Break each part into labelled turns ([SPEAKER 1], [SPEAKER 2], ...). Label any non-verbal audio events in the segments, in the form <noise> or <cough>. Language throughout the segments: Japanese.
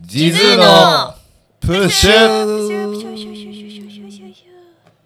[SPEAKER 1] ジズ
[SPEAKER 2] ズー
[SPEAKER 1] の
[SPEAKER 2] の
[SPEAKER 1] プッシュ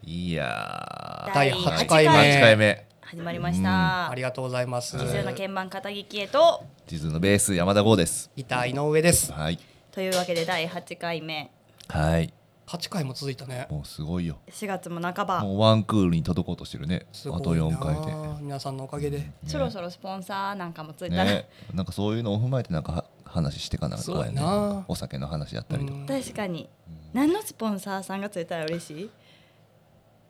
[SPEAKER 1] いやー
[SPEAKER 2] 第
[SPEAKER 1] 8
[SPEAKER 2] 8
[SPEAKER 1] 回目
[SPEAKER 2] 回目
[SPEAKER 1] 8回目
[SPEAKER 2] 始まりました。
[SPEAKER 3] ありがとうございます。
[SPEAKER 2] 地図の鍵盤片ぎきへと
[SPEAKER 1] ジズのベース山田剛です
[SPEAKER 3] ギター井上です。
[SPEAKER 1] はい
[SPEAKER 2] というわけで第8回目
[SPEAKER 1] はい
[SPEAKER 3] 8回も続いたね。
[SPEAKER 1] もうすごいよ
[SPEAKER 2] 4月も半ば、
[SPEAKER 1] もうワンクールに届こうとしてるねあ
[SPEAKER 3] すごいな
[SPEAKER 1] と4回で
[SPEAKER 3] 皆さんのおかげで。
[SPEAKER 2] そろそろスポンサーなんかもついたら、
[SPEAKER 1] ね、なんかそういうのを踏まえてなんかは話してかなあかんよね
[SPEAKER 3] そうやなん
[SPEAKER 1] かお酒の話やったりとか、
[SPEAKER 3] うん
[SPEAKER 2] 確かに何のスポンサーさんがついたら嬉しい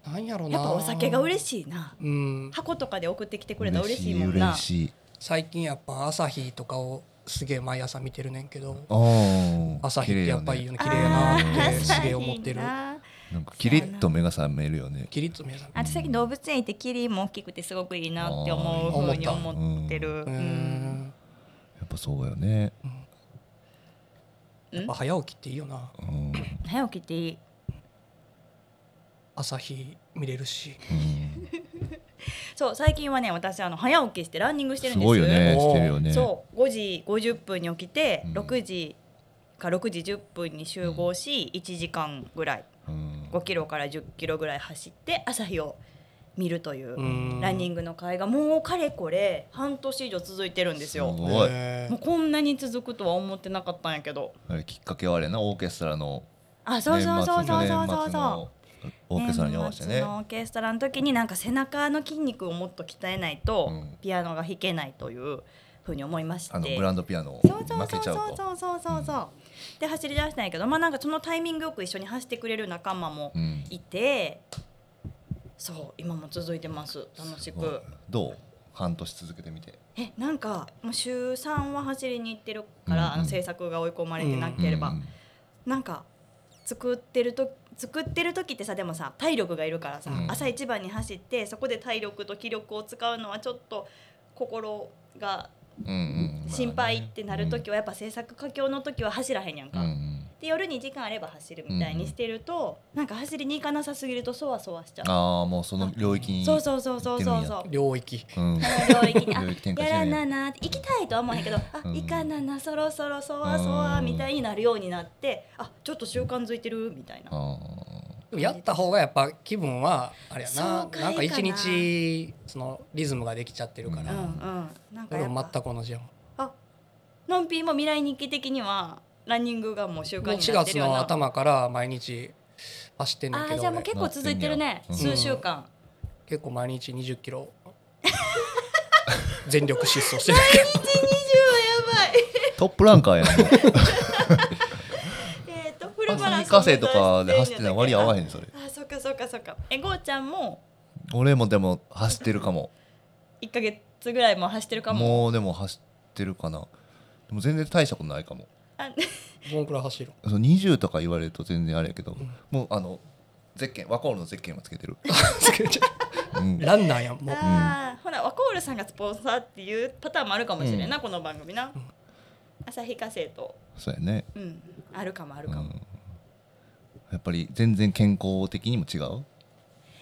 [SPEAKER 3] なんやろな。
[SPEAKER 2] やっぱお酒が嬉
[SPEAKER 3] い。
[SPEAKER 2] しいな
[SPEAKER 3] うん。
[SPEAKER 2] 箱とかで送ってきてくれたら嬉しいもんな
[SPEAKER 1] 嬉しい
[SPEAKER 3] 最近やっぱ朝日とかをすげえ毎朝見てるねんけど、
[SPEAKER 1] ああ
[SPEAKER 3] 朝日ってやっぱいいよね。綺麗や
[SPEAKER 2] あー
[SPEAKER 3] なって
[SPEAKER 2] 確
[SPEAKER 3] す
[SPEAKER 2] か
[SPEAKER 3] げえ
[SPEAKER 2] に
[SPEAKER 3] 思ってる。
[SPEAKER 2] な
[SPEAKER 1] なんかキリッと目が覚めるよね
[SPEAKER 3] キリッと皆さん。
[SPEAKER 2] あと最近動物園行ってキリも大きくてすごくいいなって思うふうに
[SPEAKER 3] あー
[SPEAKER 2] 思ってる
[SPEAKER 3] う
[SPEAKER 2] うん
[SPEAKER 3] ん。
[SPEAKER 1] やっぱそうよね、
[SPEAKER 3] やっぱ早起きっていいよな。
[SPEAKER 1] うんうん、
[SPEAKER 2] 早起きっていい
[SPEAKER 3] 朝日見れるし。
[SPEAKER 2] そう最近はね私あの早起きしてランニングしてる
[SPEAKER 1] す
[SPEAKER 2] んです
[SPEAKER 1] ごいよね
[SPEAKER 3] お
[SPEAKER 1] し
[SPEAKER 3] ー
[SPEAKER 1] てるよね
[SPEAKER 2] そう5時50分に起きて、
[SPEAKER 1] うん
[SPEAKER 2] 6時か6時10分に集合し、1時間ぐらい
[SPEAKER 1] うん
[SPEAKER 2] 5キロから10キロぐらい走って朝日を見るという、
[SPEAKER 3] うん。
[SPEAKER 2] ランニン
[SPEAKER 3] グ
[SPEAKER 2] グの会がもうかれこれ半年以上続いてるんですよ
[SPEAKER 1] す。ごい
[SPEAKER 3] ね
[SPEAKER 2] もうこんなに続くとは思ってなかったんやけど。
[SPEAKER 1] あれきっかけはあれやなオーケストラの
[SPEAKER 2] あ
[SPEAKER 1] 年
[SPEAKER 2] そう
[SPEAKER 1] 末
[SPEAKER 2] そうそうそうそう
[SPEAKER 1] 去
[SPEAKER 2] そ
[SPEAKER 1] 年末
[SPEAKER 2] う
[SPEAKER 1] のオーケストラに合わせて
[SPEAKER 2] 年
[SPEAKER 1] ね
[SPEAKER 2] 末のオーケストラの時になんか背中の筋肉をもっと鍛えないと、
[SPEAKER 1] うん
[SPEAKER 2] ピアノが弾けないというふうに思いまし
[SPEAKER 1] あの
[SPEAKER 2] て
[SPEAKER 1] グランドピアノを
[SPEAKER 2] そうそう
[SPEAKER 1] 負けちゃうと
[SPEAKER 2] そうそうそうそうそう、で走り出したんやけどまあなんかそのタイミングよく一緒に走ってくれる仲間も
[SPEAKER 1] うん
[SPEAKER 2] いて、そう今も続いてます楽し
[SPEAKER 1] うん
[SPEAKER 2] く
[SPEAKER 1] どう半年続けてみて
[SPEAKER 2] えなんかもう週3は走りに行ってるから、
[SPEAKER 1] うんうん
[SPEAKER 2] あの制作が追い込まれてなければ、
[SPEAKER 1] うん
[SPEAKER 2] なんか作ってると作ってる時ってさでもさ体力がいるからさ、
[SPEAKER 1] うん
[SPEAKER 2] 朝一番に走ってそこで体力と気力を使うのはちょっと心が
[SPEAKER 1] うんうんうん
[SPEAKER 2] 心配ってなる時はやっぱ制作佳境の時は走らへんやん
[SPEAKER 1] う
[SPEAKER 2] か、
[SPEAKER 1] んうん
[SPEAKER 2] で夜に時間あれば走るみたいにしてると、なんか走りに行かなさすぎるとそわそわしちゃう。
[SPEAKER 1] ああもうその領域に
[SPEAKER 2] そうそうそうそうそうそう。
[SPEAKER 3] 領域。
[SPEAKER 1] うん
[SPEAKER 2] その領域にあ
[SPEAKER 1] 領域展開し
[SPEAKER 2] や
[SPEAKER 1] て
[SPEAKER 2] ら
[SPEAKER 1] るん
[SPEAKER 2] な
[SPEAKER 1] や
[SPEAKER 2] な行きたいとは思うんやけど、あ
[SPEAKER 1] うん
[SPEAKER 2] 行かななそろそろそわそわ
[SPEAKER 1] うん
[SPEAKER 2] みたいになるようになって、あちょっと習慣づいてるみたいな。
[SPEAKER 1] あ
[SPEAKER 3] でもやった方がやっぱ気分はあれや
[SPEAKER 2] そ
[SPEAKER 3] な
[SPEAKER 2] うかいいかな
[SPEAKER 3] なんか一日そのリズムができちゃってるか
[SPEAKER 2] うん
[SPEAKER 3] ら、
[SPEAKER 2] う。
[SPEAKER 3] うん
[SPEAKER 2] なんか
[SPEAKER 3] 俺
[SPEAKER 2] や
[SPEAKER 3] も
[SPEAKER 2] っぱ
[SPEAKER 3] 全く同じやもん
[SPEAKER 2] あのんぴーも未来日記的にはランニングがもう習慣に
[SPEAKER 3] 4
[SPEAKER 2] なって
[SPEAKER 3] 月
[SPEAKER 2] るよう
[SPEAKER 3] の
[SPEAKER 2] な。
[SPEAKER 3] 頭から毎日走ってんねん
[SPEAKER 2] あ
[SPEAKER 3] け
[SPEAKER 2] ー
[SPEAKER 3] ど
[SPEAKER 2] じゃあもう
[SPEAKER 3] 俺
[SPEAKER 2] 結構続いてるね、
[SPEAKER 1] うん
[SPEAKER 2] 数週間。
[SPEAKER 3] 結構毎日20キロ <laughs> 全力疾
[SPEAKER 2] <laughs>
[SPEAKER 3] 走してるけど
[SPEAKER 2] 一日20はやばい。
[SPEAKER 1] ートップランカーや
[SPEAKER 2] <laughs>
[SPEAKER 1] ん
[SPEAKER 2] えっとフルマラソン
[SPEAKER 1] 旭化成とかで走ってない割合合わへ
[SPEAKER 2] ん。
[SPEAKER 1] んそれ
[SPEAKER 2] あそっかそっかそっか。えごうちゃんも
[SPEAKER 1] 俺もでも走ってるかも
[SPEAKER 2] 一ヶ月ぐらいもう走ってるかも。
[SPEAKER 1] もうでも走ってるかなでも全然大したことないかも
[SPEAKER 2] あ
[SPEAKER 3] どんくらい走る <laughs>
[SPEAKER 1] その20とか言われると全然あれやけど、もうあのゼッケンワコールのゼッケンはつけて
[SPEAKER 2] <laughs>
[SPEAKER 1] る、うん、
[SPEAKER 3] ランナーやんもう
[SPEAKER 2] あーほらワコールさんがスポンサーっていうパターンもあるかもしれないな、この番組な。朝日課生と、
[SPEAKER 1] そうやね、
[SPEAKER 2] うん、あるかもある
[SPEAKER 1] う
[SPEAKER 2] かも。
[SPEAKER 1] ん、やっぱり全然健康的にも違う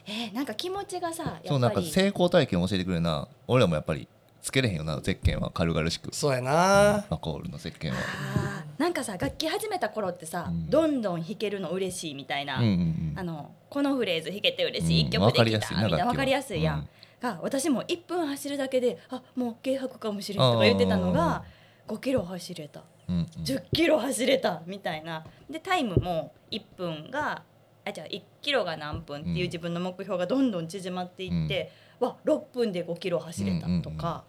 [SPEAKER 2] えーなんか気持ちがさ、
[SPEAKER 1] そ
[SPEAKER 2] や
[SPEAKER 1] う
[SPEAKER 2] っ
[SPEAKER 1] な
[SPEAKER 2] ぱ
[SPEAKER 1] んか
[SPEAKER 2] り。
[SPEAKER 1] 成功体験を教えてくれるな俺らもやっぱりつけれへんよなゼッケンは軽々しく
[SPEAKER 3] そうやな
[SPEAKER 1] ワコールのゼッケンは
[SPEAKER 2] あーなんかさ楽器始めた頃ってさ、
[SPEAKER 1] うん
[SPEAKER 2] どんどん弾けるの嬉しいみたいな、
[SPEAKER 1] うんうん
[SPEAKER 2] あのこのフレーズ弾けて嬉しい、
[SPEAKER 1] うん
[SPEAKER 2] 一曲
[SPEAKER 1] わかり
[SPEAKER 2] でき
[SPEAKER 1] やす
[SPEAKER 2] た
[SPEAKER 1] い
[SPEAKER 2] み
[SPEAKER 1] な
[SPEAKER 2] たいな
[SPEAKER 1] 楽器は
[SPEAKER 2] 分かりやすいやん、
[SPEAKER 1] うん
[SPEAKER 2] が私も1分走るだけであもう軽薄かもしれんとか言ってたのが5キロ走れた
[SPEAKER 1] うんうんうん
[SPEAKER 2] 10キロ走れたみたいなでタイムも1分があじゃあ1キロが何分っていう自分の目標がどんどん縮まっていって、わ6分で5キロ走れたとか、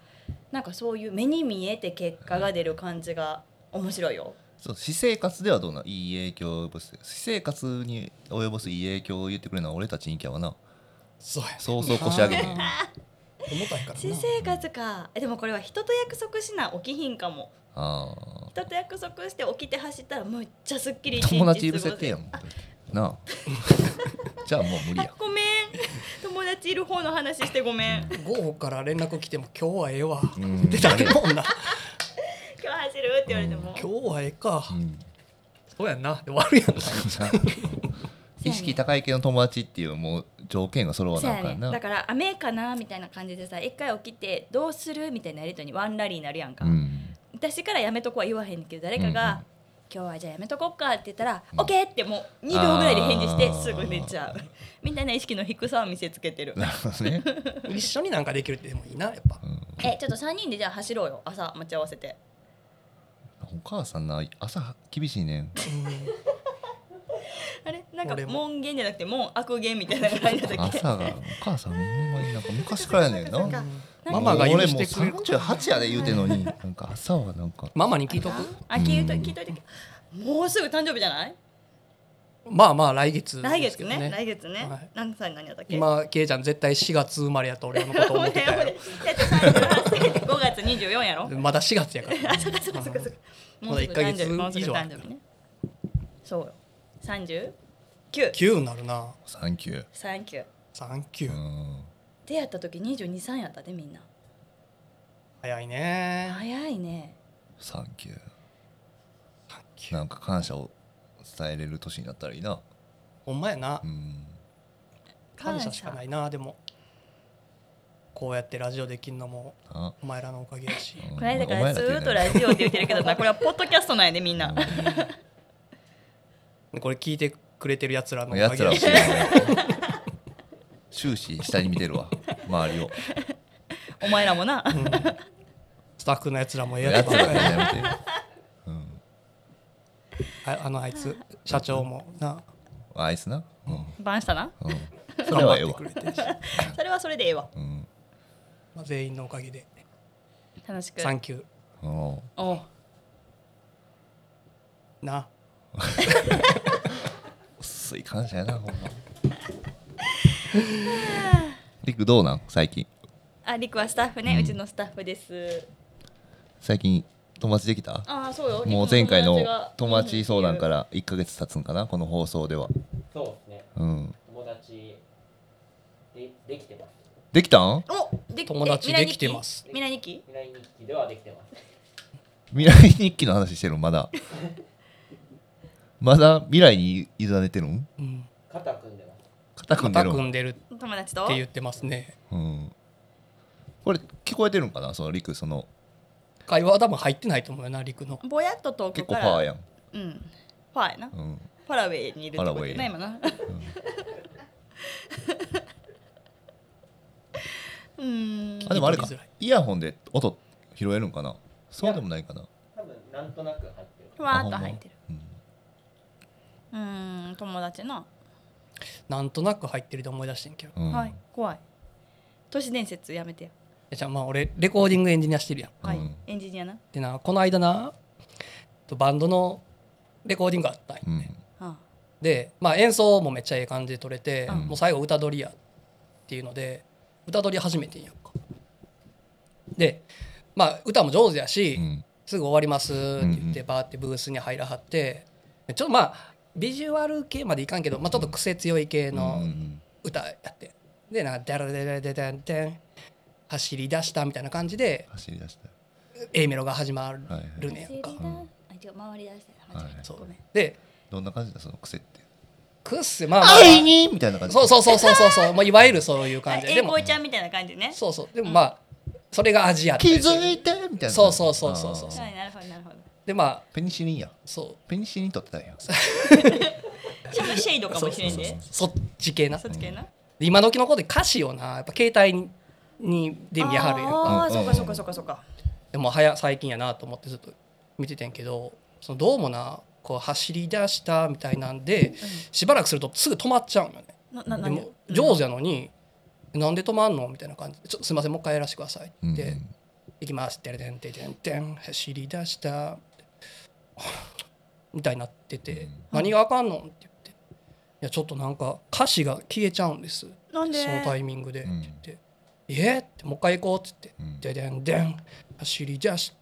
[SPEAKER 2] なんかそういう目に見えて結果が出る感じが面白いよ。
[SPEAKER 1] そう私生活ではどうなんいい影響を及ぼす私生活に及ぼすいい影響を言ってくれるのは俺たちにきゃわな
[SPEAKER 3] そうや
[SPEAKER 1] そうそう腰上げて
[SPEAKER 3] な重たいから
[SPEAKER 2] 私
[SPEAKER 3] な
[SPEAKER 2] 生活かえでもこれは人と約束しな起きひんかも
[SPEAKER 1] あー
[SPEAKER 2] 人と約束して起きて走ったらむっちゃすっ <laughs> きり一日
[SPEAKER 1] 友達いる
[SPEAKER 2] 過
[SPEAKER 1] 設
[SPEAKER 2] ごせ
[SPEAKER 1] 定やもんなあ <laughs> じゃあもう無理
[SPEAKER 2] あ
[SPEAKER 1] や
[SPEAKER 2] ごめん <laughs> 友達いる方の話してごめん
[SPEAKER 3] 午後から連絡来ても「今日はええわ」
[SPEAKER 1] ん
[SPEAKER 3] 出たけもんな
[SPEAKER 2] 今日走るって言われても
[SPEAKER 3] 「今日はええか
[SPEAKER 1] う」
[SPEAKER 2] <laughs>
[SPEAKER 1] ん
[SPEAKER 3] そうやんなでも悪いやんな
[SPEAKER 1] 意識高い系の友達っていうもう条件が揃わ
[SPEAKER 2] そう
[SPEAKER 1] なあ
[SPEAKER 2] や
[SPEAKER 1] か
[SPEAKER 2] ね
[SPEAKER 1] んな
[SPEAKER 2] だから雨かなみたいな感じでさ一回起きてどうするみたいなやりとりにワンラリーになるやんか、
[SPEAKER 1] うん
[SPEAKER 2] 私からやめとこは言わへんけど誰
[SPEAKER 1] う
[SPEAKER 2] か
[SPEAKER 1] んうん
[SPEAKER 2] が今日はじゃあやめとこっか」って言ったら「
[SPEAKER 1] うん
[SPEAKER 2] オッケーってもう2秒ぐらいで返事し
[SPEAKER 1] あ
[SPEAKER 2] て
[SPEAKER 1] ー
[SPEAKER 2] すぐ寝ちゃうみたいな意識の低さを見せつけてる
[SPEAKER 1] なるほど <laughs> ね、
[SPEAKER 3] 一緒になんかできるってでもいいなやっぱ
[SPEAKER 1] うん、
[SPEAKER 2] えちょっと3人でじゃあ走ろうよ朝待ち合わせて
[SPEAKER 1] お母さんな朝厳しいねん
[SPEAKER 3] うん
[SPEAKER 2] あれなんか
[SPEAKER 3] 俺も
[SPEAKER 2] 門限じゃなくて門悪限みたいなぐらいの時
[SPEAKER 1] 朝がお母さんほんまになんか昔からやねん
[SPEAKER 2] そう
[SPEAKER 1] な
[SPEAKER 2] かそうか
[SPEAKER 1] もう
[SPEAKER 3] ママが許してくれ
[SPEAKER 1] 俺
[SPEAKER 3] る
[SPEAKER 1] もう38やで言うてんのになんか朝はなんか
[SPEAKER 3] ママに聞いとく
[SPEAKER 2] あ聞いと
[SPEAKER 1] うん
[SPEAKER 2] 聞いといてもうすぐ誕生日じゃない
[SPEAKER 3] まあまあ来月
[SPEAKER 2] 来
[SPEAKER 3] です
[SPEAKER 2] 月
[SPEAKER 3] けど
[SPEAKER 2] ね来月ね、
[SPEAKER 3] はい
[SPEAKER 2] 何歳何やったっけ
[SPEAKER 3] 今ケイちゃん絶対4月生まれやと俺のこと思ってたよ
[SPEAKER 2] 5月24やろ
[SPEAKER 3] <laughs> まだ4月やから
[SPEAKER 2] あ
[SPEAKER 3] <laughs>
[SPEAKER 2] そっかそっかそっかそっか
[SPEAKER 3] まだ一ヶ月
[SPEAKER 2] もうすぐ
[SPEAKER 3] 以上あ
[SPEAKER 2] 誕
[SPEAKER 3] る
[SPEAKER 2] 生日ねそうよ39
[SPEAKER 3] 9になるな
[SPEAKER 1] サンキュー
[SPEAKER 2] サンキュー
[SPEAKER 3] 3
[SPEAKER 1] う
[SPEAKER 3] 9
[SPEAKER 1] ん
[SPEAKER 2] 出会った時223やったでみんな
[SPEAKER 3] 早いね
[SPEAKER 2] 早いね
[SPEAKER 1] サンキュ
[SPEAKER 3] 三
[SPEAKER 1] ー
[SPEAKER 3] 九
[SPEAKER 1] なんか感謝を伝えれる年になったらいいな
[SPEAKER 3] ほんまやな
[SPEAKER 1] うん
[SPEAKER 2] 感
[SPEAKER 3] 感
[SPEAKER 2] 謝
[SPEAKER 3] 謝しかないなでもこうやってラジオできんのも
[SPEAKER 1] な
[SPEAKER 3] お前らのおかげやし
[SPEAKER 1] うん
[SPEAKER 2] この間か
[SPEAKER 1] お前
[SPEAKER 2] らず
[SPEAKER 1] って言うな
[SPEAKER 2] ーっとラジオって言ってるけ
[SPEAKER 3] <laughs>
[SPEAKER 2] どなこれはポッドキャストなんやでみんな
[SPEAKER 3] これ聞いてくれてるやつらのお
[SPEAKER 1] や
[SPEAKER 3] か
[SPEAKER 1] つ
[SPEAKER 3] げ
[SPEAKER 1] ら
[SPEAKER 3] や
[SPEAKER 1] は
[SPEAKER 3] し
[SPEAKER 1] 知らない終始下に見てるわ周り
[SPEAKER 3] <laughs>
[SPEAKER 1] を
[SPEAKER 2] お前らもな
[SPEAKER 3] スタッフのやつらもええや
[SPEAKER 1] や
[SPEAKER 3] つ
[SPEAKER 1] つ
[SPEAKER 3] ばっ
[SPEAKER 1] ら
[SPEAKER 3] か
[SPEAKER 1] で
[SPEAKER 3] りや
[SPEAKER 1] やめてうん
[SPEAKER 3] ああのあいつ社長もな
[SPEAKER 1] あいつなうん
[SPEAKER 2] バンしたな
[SPEAKER 1] うんそれ
[SPEAKER 3] 頑
[SPEAKER 1] は
[SPEAKER 3] 張
[SPEAKER 1] ええ
[SPEAKER 3] って
[SPEAKER 1] わ
[SPEAKER 3] くれてるし、
[SPEAKER 2] それはそれでええわ
[SPEAKER 1] うん
[SPEAKER 3] まあ、全員のおかげで
[SPEAKER 2] 楽しく
[SPEAKER 3] サンキュー
[SPEAKER 1] おう
[SPEAKER 2] おう
[SPEAKER 3] な
[SPEAKER 1] 薄い感謝やなほんまりくどうなん最近
[SPEAKER 2] あリクはスタッフね、
[SPEAKER 1] う
[SPEAKER 2] うんちのスタッフです
[SPEAKER 1] 最近友達できた
[SPEAKER 2] ああそうよ
[SPEAKER 1] もう前回の
[SPEAKER 2] 陸友達が
[SPEAKER 1] 友達相談からら1ヶ月経つんかなこの放送では
[SPEAKER 4] そうですね。
[SPEAKER 1] うん
[SPEAKER 4] 友達でできてます。
[SPEAKER 1] できたん
[SPEAKER 2] おで
[SPEAKER 3] 友達できてます
[SPEAKER 2] みなにき
[SPEAKER 4] 未来日記ではできてます。
[SPEAKER 1] 未来日記の話してるのま
[SPEAKER 2] <laughs>
[SPEAKER 1] だまだ未来に委ねてるん
[SPEAKER 3] うん
[SPEAKER 4] 肩組んでます。
[SPEAKER 1] 肩組んで
[SPEAKER 3] 肩
[SPEAKER 1] る
[SPEAKER 3] 組
[SPEAKER 1] ん、
[SPEAKER 3] んでるって
[SPEAKER 2] 友達と
[SPEAKER 3] 言ってますね
[SPEAKER 1] うん、これ聞こえてるんかなそのりくその
[SPEAKER 3] 会話は多分入ってないと思うよな陸の
[SPEAKER 2] ぼやっと遠く
[SPEAKER 1] 結構
[SPEAKER 2] か
[SPEAKER 1] パ
[SPEAKER 2] ら
[SPEAKER 1] ワーやん、
[SPEAKER 2] うんファーやな
[SPEAKER 1] うん、
[SPEAKER 2] パラウェイにいるとこやな
[SPEAKER 1] パラウェイ
[SPEAKER 2] 今な <laughs> うーん
[SPEAKER 1] あでもあれか
[SPEAKER 3] 聞き取りづらい
[SPEAKER 1] イヤホンで音拾えるんかなそうでもないかな
[SPEAKER 4] 多分なんとなく入ってる。
[SPEAKER 2] ふわーっと入って
[SPEAKER 1] あ
[SPEAKER 2] る、
[SPEAKER 1] ほんま
[SPEAKER 2] うーん友達な、
[SPEAKER 3] なんとなく入ってると思い出してんけど
[SPEAKER 1] うんうん
[SPEAKER 2] はい怖い都市伝説やめてよ
[SPEAKER 3] えじゃあまあ俺レコーディングエンジニアしてるやん
[SPEAKER 2] はい、
[SPEAKER 1] うん
[SPEAKER 2] エンジニアな、
[SPEAKER 3] でなこの間なとバンドのレコーディングがあったんよ
[SPEAKER 1] うん
[SPEAKER 2] あ
[SPEAKER 3] で、まあ、演奏もめっちゃええ感じで撮れて、
[SPEAKER 1] うん
[SPEAKER 3] もう最後歌取りやっていうので歌取り始めてんやんかでまあ歌も上手やし、
[SPEAKER 1] うん
[SPEAKER 3] すぐ終わりますって言っ
[SPEAKER 1] うんう
[SPEAKER 3] てバーってブースに入らはってちょっとまあビジュアル系までいかんけど、まあ、ちょっと癖強い系の
[SPEAKER 1] うん
[SPEAKER 3] 歌やってでなんかダラダラダダンダン走り出したみたいな感じで
[SPEAKER 1] 走り出した
[SPEAKER 3] A メロが始ま
[SPEAKER 1] はいはい
[SPEAKER 3] るねやんか、
[SPEAKER 2] 走りだあ違う回りだしてた間
[SPEAKER 1] は
[SPEAKER 2] 違え
[SPEAKER 1] い
[SPEAKER 2] た
[SPEAKER 3] そう
[SPEAKER 2] ごめん
[SPEAKER 3] で
[SPEAKER 1] どんな感じだその癖って
[SPEAKER 3] クッセまあまあ
[SPEAKER 1] 愛にみたいな感じ
[SPEAKER 3] そうそうそうそうそうそう、まあ、いわゆるそういう
[SPEAKER 2] あ
[SPEAKER 3] 感じで
[SPEAKER 2] 英
[SPEAKER 3] でも
[SPEAKER 2] 語ちゃんみたいな感じね
[SPEAKER 3] そうそうでもまあそれがアジアって
[SPEAKER 1] 気
[SPEAKER 3] いう
[SPEAKER 1] づいてみたいな
[SPEAKER 3] そうそうそうそうそう
[SPEAKER 1] あー
[SPEAKER 2] はいなるほどなるほど
[SPEAKER 3] でまあ
[SPEAKER 1] ペニシリンや
[SPEAKER 3] そ
[SPEAKER 1] ペニシリン取ってたんや
[SPEAKER 2] ちょっとシェイドかもしれんで
[SPEAKER 3] うそっち系な
[SPEAKER 2] そっち系な
[SPEAKER 3] 今時の子で歌詞をなやっぱ携帯ににで見やはるやんか
[SPEAKER 2] ああ
[SPEAKER 1] うん
[SPEAKER 2] ーそっかそっかそっかそっか
[SPEAKER 3] でもはや最近やなと思ってずっと見ててんけどそのどうもなこう走り出したみたいなんでしばらくするとすぐ止まっちゃうんよね
[SPEAKER 2] なな
[SPEAKER 3] で
[SPEAKER 2] 何
[SPEAKER 3] も上手やのに「なんで止まんの?」みたいな感じで「ちょっとすいませんもう一回やらせてください」
[SPEAKER 1] うん
[SPEAKER 3] <laughs> って行きます」てれてんてれてんてん走り出した」 <laughs> みたいになってて
[SPEAKER 1] うん
[SPEAKER 3] 「何があかんの?」って言って「いやちょっとなんか歌詞が消えちゃうんです」
[SPEAKER 2] なんで
[SPEAKER 3] そのタイミングで」って
[SPEAKER 1] うん
[SPEAKER 3] 言って「えっ?」って「もう一回行こう」っつって
[SPEAKER 1] うん
[SPEAKER 3] 「ででんでん走り出し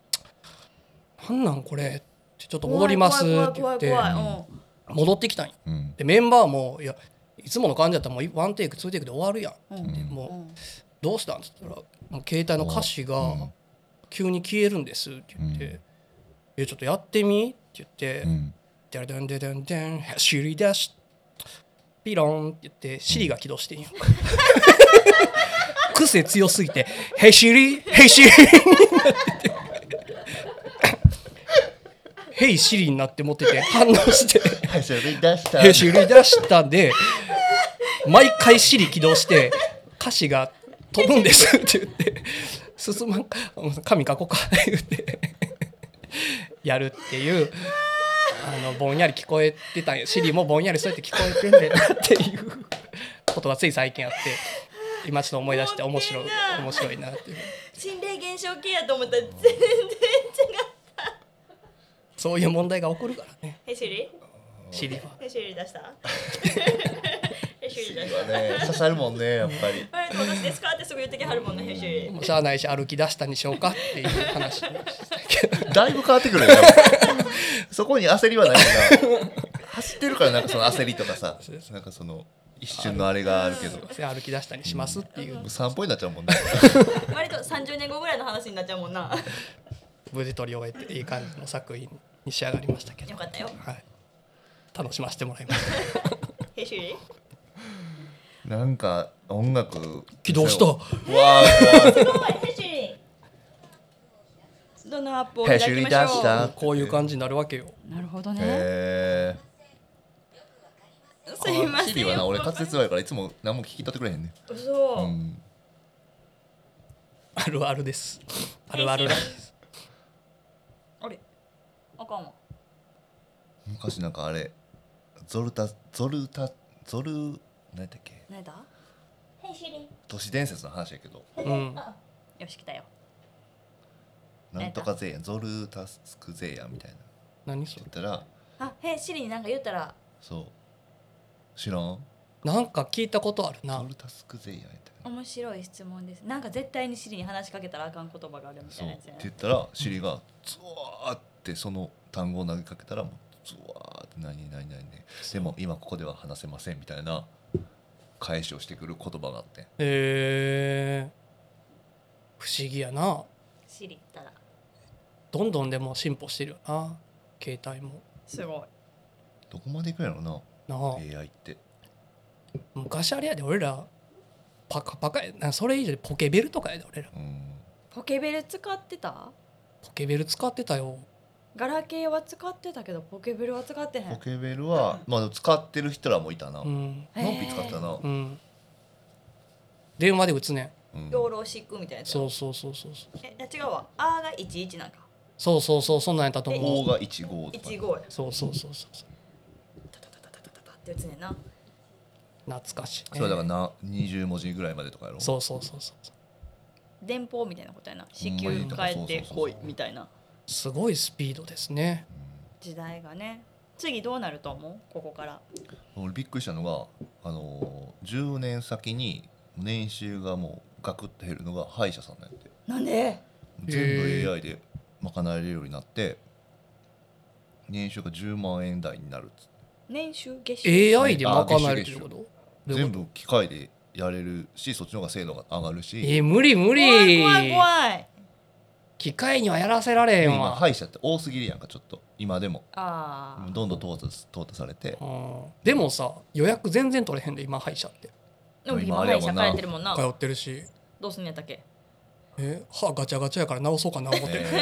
[SPEAKER 3] なんなんこれ」って「ちょっと戻ります」って言
[SPEAKER 2] 怖
[SPEAKER 3] っ
[SPEAKER 2] い怖い
[SPEAKER 3] て
[SPEAKER 2] 怖い怖いうん
[SPEAKER 3] 戻ってきたんよ
[SPEAKER 1] うん
[SPEAKER 3] でメンバーも「いやいつもの感じだったらもうワンテイクツーテイクで終わるやん」
[SPEAKER 2] うん
[SPEAKER 1] ん
[SPEAKER 3] もう
[SPEAKER 2] うん
[SPEAKER 3] どうしたん?」っつったら「もう携帯の歌詞
[SPEAKER 1] う
[SPEAKER 3] が
[SPEAKER 1] ん
[SPEAKER 3] 急に消えるんです」って言って
[SPEAKER 1] うん
[SPEAKER 3] 「えちょっとやってみ」って言って
[SPEAKER 1] うん
[SPEAKER 3] 「ダラダンダダンダン走り出しピロン」って言ってシリが起動してんよ <laughs> 癖強すぎて「
[SPEAKER 1] <laughs>
[SPEAKER 3] へしりへしり」になっててヘイシリになって持ってて反応して
[SPEAKER 1] それ出した
[SPEAKER 3] ヘイシリ出したんで毎回シリ起動して歌詞が飛ぶんですって言って進まん紙書こうか言ってやるっていうあのぼんやり聞こえてたんやシリもぼんやりそうやって聞こえてんだよなっていうことがつい最近あって今ちょっと思い出して面白い面白いなっていう
[SPEAKER 2] 心霊現象系やと思ったら全然違った
[SPEAKER 3] そういう問題が起こるからね
[SPEAKER 2] ヘシリ
[SPEAKER 3] シリは。
[SPEAKER 2] ヘシリ出した
[SPEAKER 3] <laughs>
[SPEAKER 2] ヘシリ出し
[SPEAKER 1] は
[SPEAKER 2] た
[SPEAKER 1] ね刺さるもんねやっぱり
[SPEAKER 2] あれ友達ですかってすぐ言ってきはるもんねヘシリ
[SPEAKER 3] もうしゃあないし歩き出したにしようかっていう話
[SPEAKER 1] だいぶ変わってくるよそこに焦りはないから走ってるからなんかその焦りとかさなんかその一瞬のあれがあるけど
[SPEAKER 3] それ歩き出したにしますっていう
[SPEAKER 1] 散歩になっちゃうもんね
[SPEAKER 2] 割と30年後ぐらいの話になっちゃうもんな
[SPEAKER 3] 無事取り終えていい感じの作品に仕上がりましたけど
[SPEAKER 2] よかったよ
[SPEAKER 3] はい、楽しませてもらいました
[SPEAKER 2] ヘシリ
[SPEAKER 1] なんか音楽
[SPEAKER 3] 起動した
[SPEAKER 1] わあ
[SPEAKER 2] ヘシリどのアップをいた
[SPEAKER 1] ヘ
[SPEAKER 2] だき
[SPEAKER 1] シリ
[SPEAKER 2] ま
[SPEAKER 1] 出
[SPEAKER 2] しょう
[SPEAKER 1] した
[SPEAKER 3] <laughs> こういう感じになるわけよ
[SPEAKER 2] なるほどね
[SPEAKER 1] へえ
[SPEAKER 2] すいません
[SPEAKER 1] シリはな俺滑舌悪いからいつも何も聞き取ってくれへんね
[SPEAKER 2] 嘘、
[SPEAKER 1] うん
[SPEAKER 3] あるあ
[SPEAKER 2] <laughs>
[SPEAKER 3] るですあるあるらしいです
[SPEAKER 2] あれあかんわ
[SPEAKER 1] 昔なんかあれゾルタゾルタゾル何やったっけ
[SPEAKER 2] 何だヘシリ
[SPEAKER 1] 都市伝説の話やけど
[SPEAKER 3] うん
[SPEAKER 2] よし来たよ
[SPEAKER 1] なんとか税やんゾルタスク税やんみたいなって
[SPEAKER 3] 何そ
[SPEAKER 1] 言
[SPEAKER 3] れ
[SPEAKER 1] ったら
[SPEAKER 2] あヘシリになんか言ったら
[SPEAKER 1] そう知らん
[SPEAKER 3] なんか聞いたことあるな
[SPEAKER 1] ゾルタスク税やんやったかな
[SPEAKER 2] 面白い質問ですなんか絶対にシリに話しかけたらあかん言葉があるみた
[SPEAKER 1] そ
[SPEAKER 2] いうな
[SPEAKER 1] っ
[SPEAKER 2] や
[SPEAKER 1] て
[SPEAKER 2] つや
[SPEAKER 1] 言ったらシリがズワーってその単語を投げかけたらもうズワーって何何何何でも今ここでは話せませんみたいな返しをしてくる言葉があって
[SPEAKER 3] へえ不思議やな
[SPEAKER 2] シリったら
[SPEAKER 3] どんどんでも進歩してるよな携帯も
[SPEAKER 2] すごい
[SPEAKER 1] どこまでいくんやろな
[SPEAKER 3] なあ
[SPEAKER 1] AI って
[SPEAKER 3] 昔あれやで俺らパカパカやなそれ以上にポケベルとかやで俺ら
[SPEAKER 1] うん
[SPEAKER 2] ポケベル使ってた
[SPEAKER 3] ポケベル使ってたよ
[SPEAKER 2] ガラケーは使ってたけどポケベルは使ってへ
[SPEAKER 1] ポ
[SPEAKER 2] ん
[SPEAKER 1] ケベルはまあでも使ってる人らもいたな
[SPEAKER 3] う
[SPEAKER 1] のん
[SPEAKER 3] ん、
[SPEAKER 2] へー
[SPEAKER 1] ぴ使ってたな
[SPEAKER 3] うん、電話で打つねん
[SPEAKER 1] うん
[SPEAKER 2] 養老シックみたいなやつ
[SPEAKER 3] そうそうそうそうそう
[SPEAKER 2] えいや違うわあーが11なんか
[SPEAKER 3] そうそうそうそんなんやったと思
[SPEAKER 1] 大
[SPEAKER 3] う
[SPEAKER 1] が1号とか
[SPEAKER 2] 15や
[SPEAKER 3] そうそうそうそうそう
[SPEAKER 2] タタタタタタタタってやつねんな
[SPEAKER 3] 懐かしい、
[SPEAKER 1] それだからな20文字ぐらいまでとかやろ
[SPEAKER 3] そうそうそうそうそう
[SPEAKER 2] 電報みたいなことやな
[SPEAKER 1] ほ
[SPEAKER 2] 子
[SPEAKER 1] んま
[SPEAKER 2] 宮
[SPEAKER 1] に
[SPEAKER 2] 帰って
[SPEAKER 1] そうそう
[SPEAKER 2] こい
[SPEAKER 1] そうそう
[SPEAKER 2] みたいな
[SPEAKER 3] すごいスピードですね
[SPEAKER 2] 時代がね次どうなると思うここから
[SPEAKER 1] 俺びっくりしたのが、あのー10年先に年収がもうガクッと減るのが歯医者さんなんやって
[SPEAKER 2] なんで
[SPEAKER 1] 全
[SPEAKER 3] へー
[SPEAKER 1] 部 AI で賄えるようになって年収が10万円台になるっつって
[SPEAKER 2] 年収月収
[SPEAKER 3] AI で賄えるっていうことどういう
[SPEAKER 1] 全
[SPEAKER 3] こ
[SPEAKER 1] 部機械でやれるしそっちの方が精度が上がる
[SPEAKER 3] と
[SPEAKER 1] し
[SPEAKER 3] えー無理無
[SPEAKER 2] 怖い
[SPEAKER 3] 理
[SPEAKER 2] 怖い怖い
[SPEAKER 3] 機械にはやらせられへん
[SPEAKER 1] 今
[SPEAKER 3] わ、
[SPEAKER 1] 歯医者って多すぎるやんかちょっと今でも
[SPEAKER 2] ああ
[SPEAKER 1] どんどん淘汰す淘汰され
[SPEAKER 3] <laughs>
[SPEAKER 1] て
[SPEAKER 3] うん、でもさ予約全然取れへんで今歯医者って
[SPEAKER 2] でも
[SPEAKER 1] 今
[SPEAKER 2] 今
[SPEAKER 1] あ
[SPEAKER 2] 歯
[SPEAKER 1] れや
[SPEAKER 2] 医
[SPEAKER 1] もん
[SPEAKER 2] 者
[SPEAKER 1] な
[SPEAKER 2] 変えてるもんな
[SPEAKER 3] 通ってるし
[SPEAKER 2] どうすんのやったっけ
[SPEAKER 3] え歯ガチャガチャやから直そうかな思って
[SPEAKER 1] え
[SPEAKER 3] る、
[SPEAKER 1] ー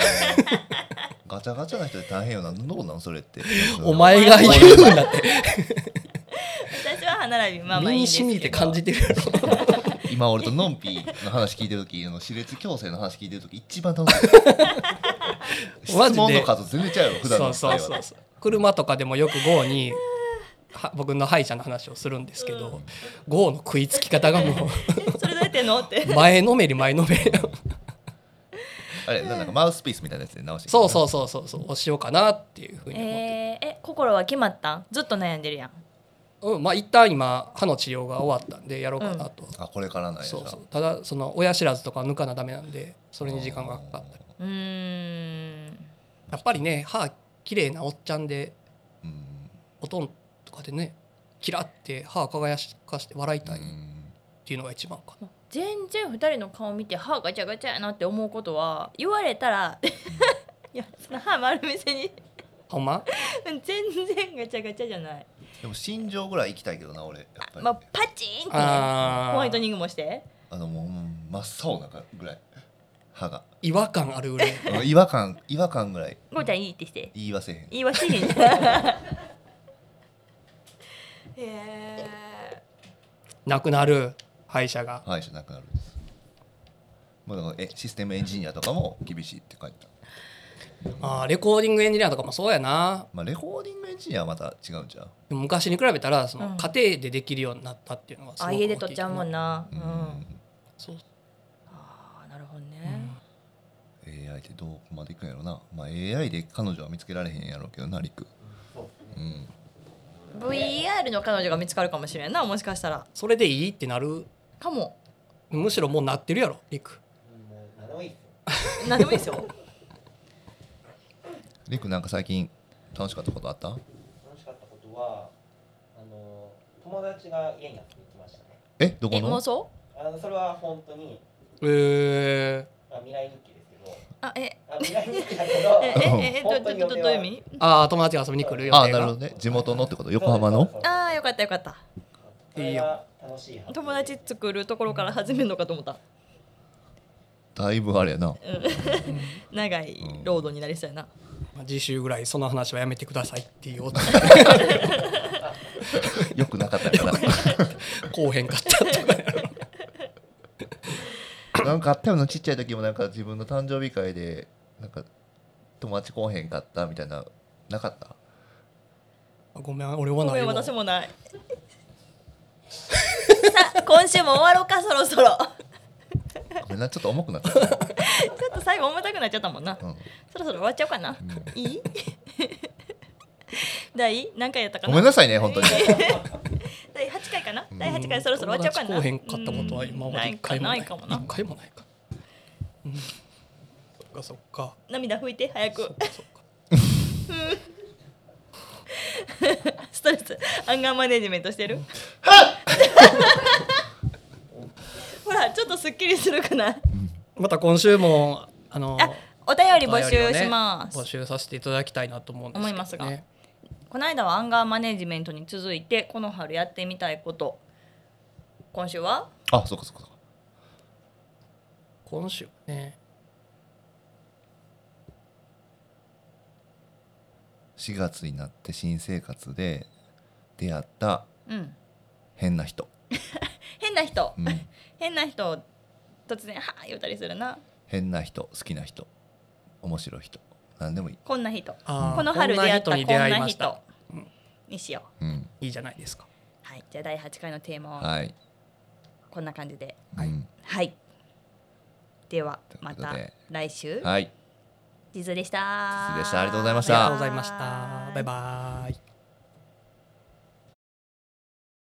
[SPEAKER 1] ガチャガチャな人で大変よなどうなんそれって
[SPEAKER 3] お前が言うんだって
[SPEAKER 2] 私は歯並びまあまあ
[SPEAKER 3] 身
[SPEAKER 2] いいん
[SPEAKER 3] に
[SPEAKER 2] ですけ
[SPEAKER 3] 染
[SPEAKER 2] ど
[SPEAKER 3] みて感じてるやろ
[SPEAKER 1] 今俺とのんぴの話聞いてる時あの歯列矯正の話聞いてる時一番楽し
[SPEAKER 3] <laughs>
[SPEAKER 1] い
[SPEAKER 3] マ
[SPEAKER 1] 質
[SPEAKER 3] ジで
[SPEAKER 1] 問の数全然ちゃうよ普段
[SPEAKER 3] そ
[SPEAKER 1] の
[SPEAKER 3] う
[SPEAKER 1] 会
[SPEAKER 3] そう
[SPEAKER 1] 話
[SPEAKER 3] そうそう車とかでもよく GO には僕の歯医者の話をするんですけど GO の食いつき方がも
[SPEAKER 2] それどうやってんのって
[SPEAKER 3] <laughs> う前のめり前のめり
[SPEAKER 1] あれなんかマウスピースみたいなやつで直して
[SPEAKER 3] そうそううそうそうそうおしようかなっていうふうに思って、
[SPEAKER 2] えー、え心は決まったんずっと悩んでるやん
[SPEAKER 3] うん、まあ一旦今歯の治療が終わったんでやろうかなと、
[SPEAKER 1] あこれからなんや
[SPEAKER 3] そうそう
[SPEAKER 1] じ
[SPEAKER 3] ただその親知らずとか抜かなダメなんでそれに時間がかかったり
[SPEAKER 2] うーん
[SPEAKER 3] やっぱりね歯綺麗なおっちゃんで
[SPEAKER 1] ゃあうん
[SPEAKER 3] おとんとかでねキラって歯輝かして笑いたいっ
[SPEAKER 1] うん
[SPEAKER 3] ていうのが一番かな、
[SPEAKER 2] 全然二人の顔見て歯ガチャガチャやなって思うことは言われたら <laughs> いやその歯丸見せに
[SPEAKER 3] ほんま
[SPEAKER 2] 全然ガチャガチャじゃない、
[SPEAKER 1] でも心情ぐらい行きたいけどな俺やっぱり、
[SPEAKER 2] まあ、パチーンってね
[SPEAKER 3] あー
[SPEAKER 2] ホワイトニングもして
[SPEAKER 1] あのもううん真っ青なぐらい歯が
[SPEAKER 3] い違和感あるぐらい
[SPEAKER 1] うん違和感 <laughs> 違和感ぐらい
[SPEAKER 2] ゴーちゃんいいってして
[SPEAKER 1] 言い忘れへん
[SPEAKER 2] <laughs> 言い忘れへんへえ
[SPEAKER 3] なくなる歯医者が
[SPEAKER 1] 歯医者なくなるんですもうだからえシステムエンジニアとかも厳しいって書いてた、
[SPEAKER 3] あーレコーディングエンジニアとかもそうやな
[SPEAKER 1] まあ、レコーディングエンジニアはまた違うんじゃん
[SPEAKER 3] でも昔に比べたらその、
[SPEAKER 2] うん
[SPEAKER 3] 家庭でできるようになったっていうのがすご
[SPEAKER 2] あ
[SPEAKER 3] く
[SPEAKER 2] 家で撮っちゃうもん
[SPEAKER 3] な
[SPEAKER 2] な
[SPEAKER 1] う
[SPEAKER 2] うん、
[SPEAKER 1] ん
[SPEAKER 3] そう
[SPEAKER 2] あーなるほどね、
[SPEAKER 1] AI ってどこまでいくんやろな、まあ、AI で彼女は見つけられへんやろうけどなリク、
[SPEAKER 4] そうですね
[SPEAKER 1] う。ん、
[SPEAKER 2] VR の彼女が見つかるかもしれんなもしかしたら
[SPEAKER 3] それでいいってなる
[SPEAKER 2] かも
[SPEAKER 3] むしろもうなってるやろリク
[SPEAKER 4] うんもう何でもいいっすよ。
[SPEAKER 2] 何でもいいですよ
[SPEAKER 1] リクなんか最近楽しかったことあった
[SPEAKER 4] 楽しかったことはあの友達が家に遊びに来ましたね。
[SPEAKER 1] えどこ
[SPEAKER 2] <laughs> え妄
[SPEAKER 1] の。
[SPEAKER 2] 想
[SPEAKER 4] あのそれは本当に、
[SPEAKER 3] え
[SPEAKER 4] まあ、未来日記ですけど、
[SPEAKER 2] あえ
[SPEAKER 4] あ未来日記だけ
[SPEAKER 2] ええ
[SPEAKER 4] ど
[SPEAKER 2] ええどどどどういう意味
[SPEAKER 3] ー、ああ友達が遊びに来る予定が
[SPEAKER 1] ああなるほどね地元のってこと <laughs> 横浜の
[SPEAKER 4] そうです
[SPEAKER 2] ああよかったよかった
[SPEAKER 4] それが楽しい発見
[SPEAKER 2] 友達作るところから始めるのかと思った、
[SPEAKER 1] だいぶあれやな <laughs>
[SPEAKER 2] うん、長いロードになりそうやな、
[SPEAKER 3] まあ次週ぐらいその話はやめてくださいっ
[SPEAKER 1] <laughs>
[SPEAKER 3] ていうお
[SPEAKER 1] よくなかったから
[SPEAKER 3] こうへんかったとか
[SPEAKER 1] なんかあったよなちっちゃい時もなんか自分の誕生日会でなんか友達来おへんかったみたいななかった
[SPEAKER 3] ごめん俺は
[SPEAKER 2] ご
[SPEAKER 3] な
[SPEAKER 2] め
[SPEAKER 3] い
[SPEAKER 2] ん
[SPEAKER 3] わ
[SPEAKER 2] 私も <laughs> ないさあ今週も終わろうかそろそろ
[SPEAKER 1] ごめんなちょっと重くなった、
[SPEAKER 2] ちょっと最後重たくなっちゃったもんな
[SPEAKER 1] うんうん
[SPEAKER 2] そろそろ終わっちゃおうかな、いい <laughs> 第何回やったかな
[SPEAKER 1] ごめんなさいね本当に
[SPEAKER 2] 第8回かな、
[SPEAKER 1] うん
[SPEAKER 2] 第8回そろそろ終わっちゃうかな
[SPEAKER 3] 友達来おへんかったことは今まで一回も
[SPEAKER 2] ないかもな
[SPEAKER 3] 一回もないか、うん、そっかそっか
[SPEAKER 2] 涙拭いて早く
[SPEAKER 3] そっかそっか
[SPEAKER 2] <laughs> ストレスアンガーマネジメントしてる <laughs> ほらちょっとすっきりするかな
[SPEAKER 3] また今週もあの
[SPEAKER 2] あお便り募集します、
[SPEAKER 3] お便りをね募集させていただきたいなと思うんですけど、ね、
[SPEAKER 2] 思いますがこの間はアンガーマネジメントに続いてこの春やってみたいこと今週は
[SPEAKER 1] あそっかそっかそっか
[SPEAKER 3] 今週ね
[SPEAKER 1] 4月になって新生活で出会った
[SPEAKER 2] うん
[SPEAKER 1] 変な人、
[SPEAKER 2] 変な人
[SPEAKER 1] うん、
[SPEAKER 2] <laughs> 変な人突然はあ言うたりするな
[SPEAKER 1] 変な人好きな人面白い人何でもいい、
[SPEAKER 2] こんな人
[SPEAKER 3] あー
[SPEAKER 2] この春出会ったこ
[SPEAKER 3] こんな人
[SPEAKER 2] ん
[SPEAKER 3] に出会い
[SPEAKER 2] な
[SPEAKER 3] ました
[SPEAKER 2] 人にしよう
[SPEAKER 1] うん、
[SPEAKER 3] いいじゃないですか
[SPEAKER 2] はいじゃあ第8回のテーマは
[SPEAKER 1] はい、
[SPEAKER 2] こんな感じで
[SPEAKER 3] はい
[SPEAKER 1] うん
[SPEAKER 2] はいでは
[SPEAKER 1] というこ
[SPEAKER 2] ま
[SPEAKER 1] とで
[SPEAKER 2] た来週
[SPEAKER 1] はい
[SPEAKER 2] 地図でした
[SPEAKER 1] 地図でしたありがとうございまし
[SPEAKER 3] あり
[SPEAKER 1] た
[SPEAKER 3] がとうございましたバイバイ